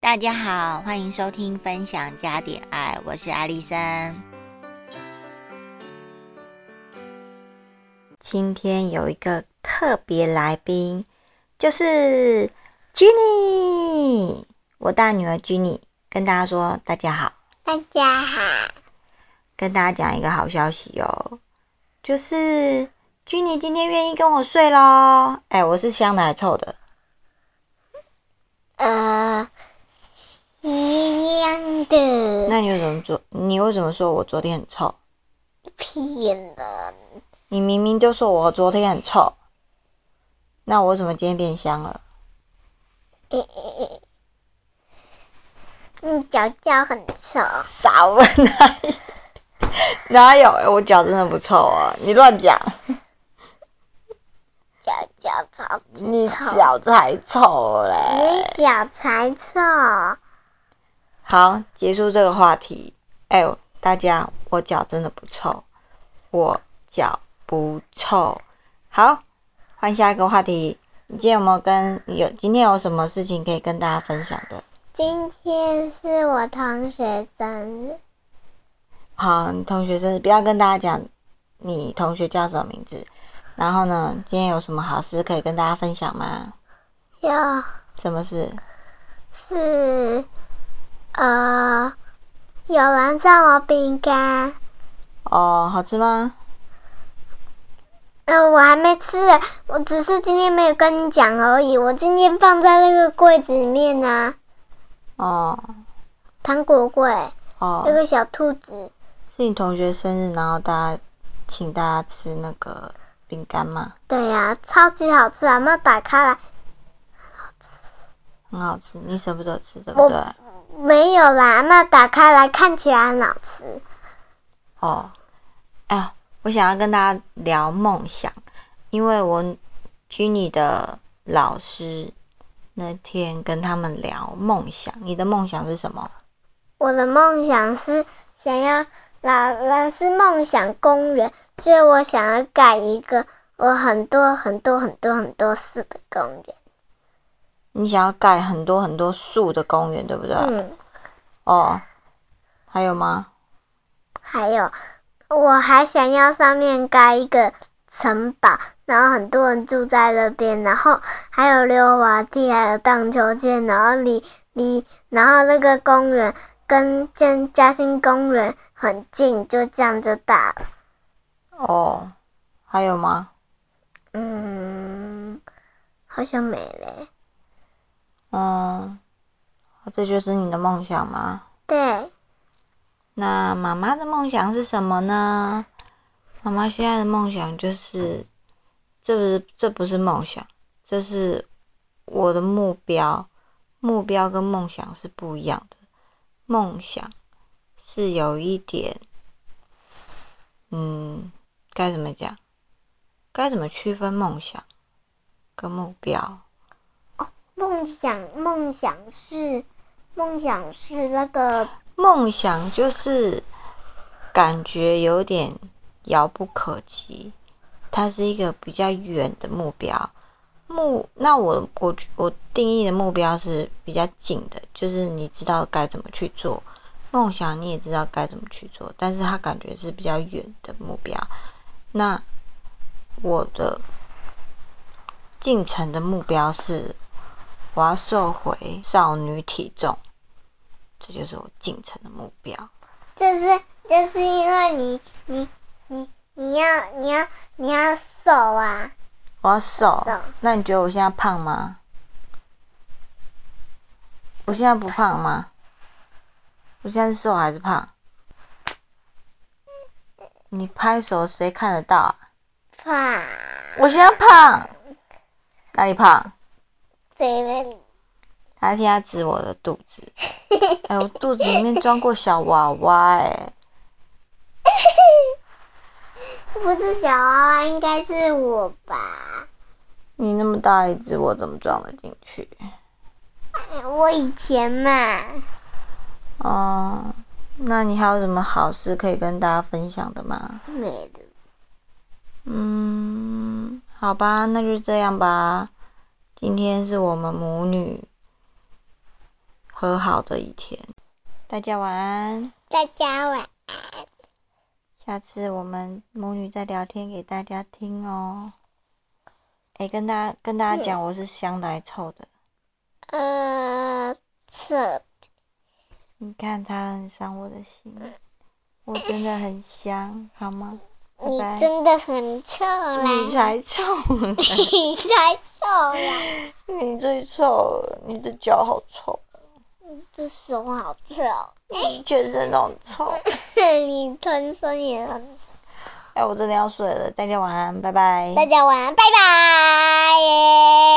大家好，欢迎收听《分享加点爱》，我是艾丽森。今天有一个特别来宾，就是 Jenny，我大女儿 Jenny，跟大家说大家好，大家好，跟大家讲一个好消息哦，就是 Jenny 今天愿意跟我睡喽。哎，我是香的还是臭的？呃，一样的那你为什么昨你为什么说我昨天很臭？骗人，你明明就说我昨天很臭，那我怎么今天变香了？你嗯脚脚很臭，少了哪有？哪有？欸我脚真的不臭啊！你乱讲，脚脚超级你臭，脚才臭嘞！你脚才臭，好，结束这个话题。哎、呦，大家，我脚真的不臭，我脚不臭。好，换下一个话题。你今天有没有跟有今天有什么事情可以跟大家分享的？今天是我同学生日，好，你同学生日不要跟大家讲你同学叫什么名字。然后呢，今天有什么好事可以跟大家分享吗？又什么事？是呃，有人送我饼干，哦，好吃吗？嗯、我还没吃，我只是今天没有跟你讲而已，我今天放在那个柜子里面呢、哦糖果柜。有哦，个小兔子，是你同学生日，然后大家请大家吃那个饼干吗？对呀、超级好吃，阿妈打开来很好吃，你舍不得吃，对不对？没有啦，阿妈打开来看起来很好吃。哦，哎呀，我想要跟大家聊梦想，因为我 Jenny 的老师那天跟他们聊梦想，你的梦想是什么？我的梦想是想要老老是梦想公园，所以我想要盖一个我很多很多很多很多次的公园。你想要盖很多很多树的公园，对不对？嗯，哦，还有吗？还有我还想要上面盖一个城堡，然后很多人住在那边，然后还有溜滑梯，还有荡秋千，然后离离，然后那个公园跟跟嘉兴公园很近，就这样就到了。哦，还有吗？嗯，好像没了。嗯，这就是你的梦想吗？对，那妈妈的梦想是什么呢？妈妈现在的梦想就是，这不是这不是梦想，这是我的目标。目标跟梦想是不一样的，梦想是有一点，嗯，该怎么讲？该怎么区分梦想跟目标？梦想梦想是梦想是那个梦想就是感觉有点遥不可及，它是一个比较远的目标。目那我我我定义的目标是比较近的，就是你知道该怎么去做。梦想你也知道该怎么去做，但是它感觉是比较远的目标。那我的进程的目标是，我要瘦回少女体重。这就是我进程的目标。就是就是因为你你你你要你要你要瘦啊，我要瘦瘦，那你觉得我现在胖吗？我现在不胖吗？我现在是瘦还是胖？你拍手谁看得到啊？怕我现在胖，哪里胖？嘴里他现在指我的肚子，哎、我肚子里面装过小娃娃、哎，不是小娃娃，应该是我吧？你那么大一只，我怎么装得进去？哎我以前嘛，哦、那你还有什么好事可以跟大家分享的吗？没了。嗯，好吧，那就这样吧。今天是我们母女和好的一天。大家晚安，大家晚，下次我们母女再聊天给大家听哦。哎、跟大家跟大家讲，我是香来臭的，呃，这你看他很伤我的心，我真的很香，好吗？拜你拜。真的很臭啦，你才臭呢，你才臭啊 啦，你最臭了，你的脚好臭，这手好臭， 你全身都很臭。你浑身也很臭。哎，我真的要睡了，大家晚安，拜拜。大家晚安，拜拜。